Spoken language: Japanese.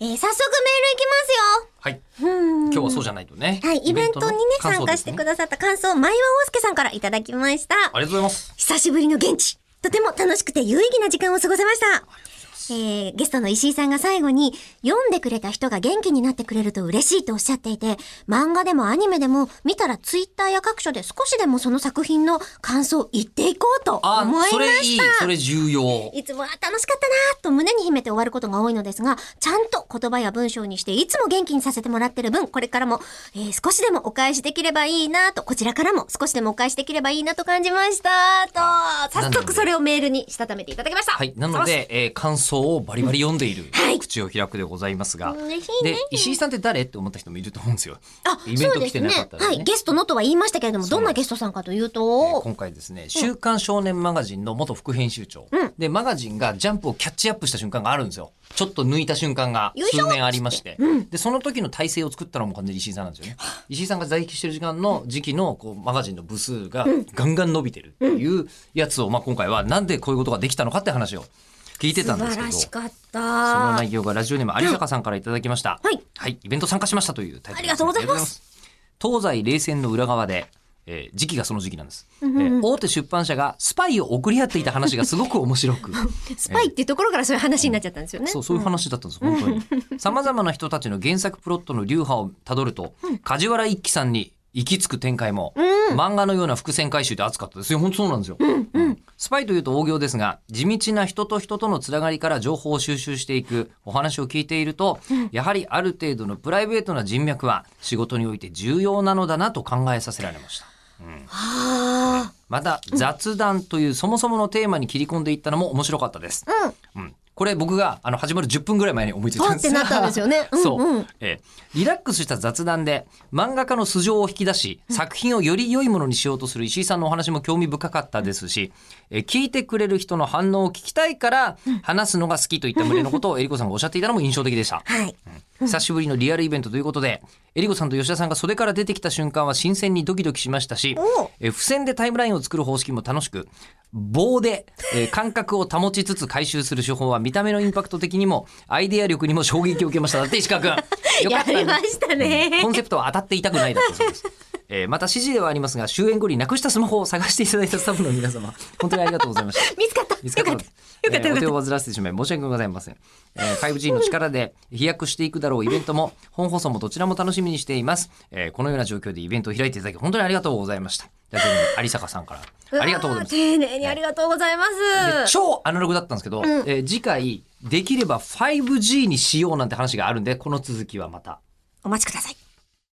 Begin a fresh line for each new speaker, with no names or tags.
えー早速メールいき
はい。
ますよ。うん
今日はそうじゃないとね。
はい、イベントにね、参加してく
ださい。
ださった感想、前は大介さんからいただきました。
ありがとうございます。
久しぶりの現地。とても楽しくて有意義な時間を過ごせました。えー、ゲストの石井さんが最後に、読んでくれた人が元気になってくれると嬉しいとおっしゃっていて、漫画でもアニメでも、見たらツイッターや各所で少しでもその作品の感想を言っていこうと
あ
思いま、
それい
し
い
た。。
それ重要。
いつもは楽しかったなぁと胸に秘めて終わることが多いのですが、ちゃんと言葉や文章にしていつも元気にさせてもらってる分、これからも、えー少しでもお返しできればいいなぁと、こちらからも少しでもお返しできればいいなと感じましたと、早速それをメールにしたためていただきました。
はい。なの
よし。
で、えー感想をバリバリ読んでいる
はい
口を開くでございますが。
嬉しいね
で、石井さんって誰って思った人もいると思うんですよ。
あ、
イベン
そ
ト
うで
来
す
て
ね
なかった。ら
は
ね
い。ゲストのとは言いましたけれども、
そう
どんなゲストさんかという
えー
と、
今回ですね、週刊少年マガジンの元副編集長、
うん
で、マガジンがジャンプをキャッチアップした瞬間があるんですよ。ちょっと抜いた瞬間が
よいしょ
数年ありまして。
うん
で、その時の体制を作ったのも完全に石井さんなんですよね。石井さんが在籍してる時間の時期のこうマガジンの部数がガンガン伸びてるっていうやつを、まあ、今回はなんでこういうことができたのかって話を聞いてた
素
んで
晴
すけど
ら。しかっ
その
た。
内容がラジオネーム有坂さんからいただきました。
はい
はい。イベント参加しましたというタイトルです
ありがとうございます。
ありがとうございます東西冷戦の裏側で、えー時期がその時期なんです、
んうんうん
えー大手出版社がスパイを送り合っていた話がすごく面白く。
スパイっていうところからそういう話になっちゃったんですよね。
そう、そういう話だったんです、本当に。様々な人たちの原作プロットの流派をたどると、梶原一騎さんに行き着く展開も、漫画のような伏線回収で熱かったですよ。本当そうなんですよ。うんスパイというと大行ですが、地道な人と人とのつながりから情報を収集していくお話を聞いていると、やはりある程度のプライベートな人脈は仕事において重要なのだなと考えさせられました。
はあ。
また雑談というそもそものテーマに切り込んでいったのも面白かったです。
うん。
うん、これ僕があの始まる10分ぐらい前に思いついたんです
パッてなったんですよ ねうん
そう、
うん
ええリラックスした雑談で漫画家の素性を引き出し作品をより良いものにしようとする石井さんのお話も興味深かったですし、え聞いてくれる人の反応を聞きたいから話すのが好きといった胸のことをえりこさんがおっしゃっていたのも印象的でした。
はい。
久しぶりのリアルイベントということで、えりこさんと吉田さんが袖から出てきた瞬間は新鮮にドキドキしましたし
おう、
え付箋でタイムラインを作る方式も楽しく、棒で、えー 感覚を保ちつつ回収する手法は見た目のインパクト的にも、アイデア力にも衝撃を受けました。だって 石川くん。よか
や
った
り
ね
ましたね。
コンセプトは当たっていたくないだったそうです。えーまた指示ではありますが、終演後になくしたスマホを探していただいたスタッフの皆様、本当にありがとうございました。
見つかった。
見つかった
よ
の
かった。よかっ
で
た。
え
よ
ーお
かっ
手
た
を煩わせてしまい申し訳ございません、えー 5G の力で飛躍していくだろうイベントも本放送もどちらも楽しみにしています、えーこのような状況でイベントを開いていただき本当にありがとうございましたラジオネーム有坂さんか
うわー
らありがとうございます
丁寧にありがとうございま。
です超アナログだったんですけど、えー次回できれば 5G にしようなんて話があるんでこの続きはまた
お待ちください。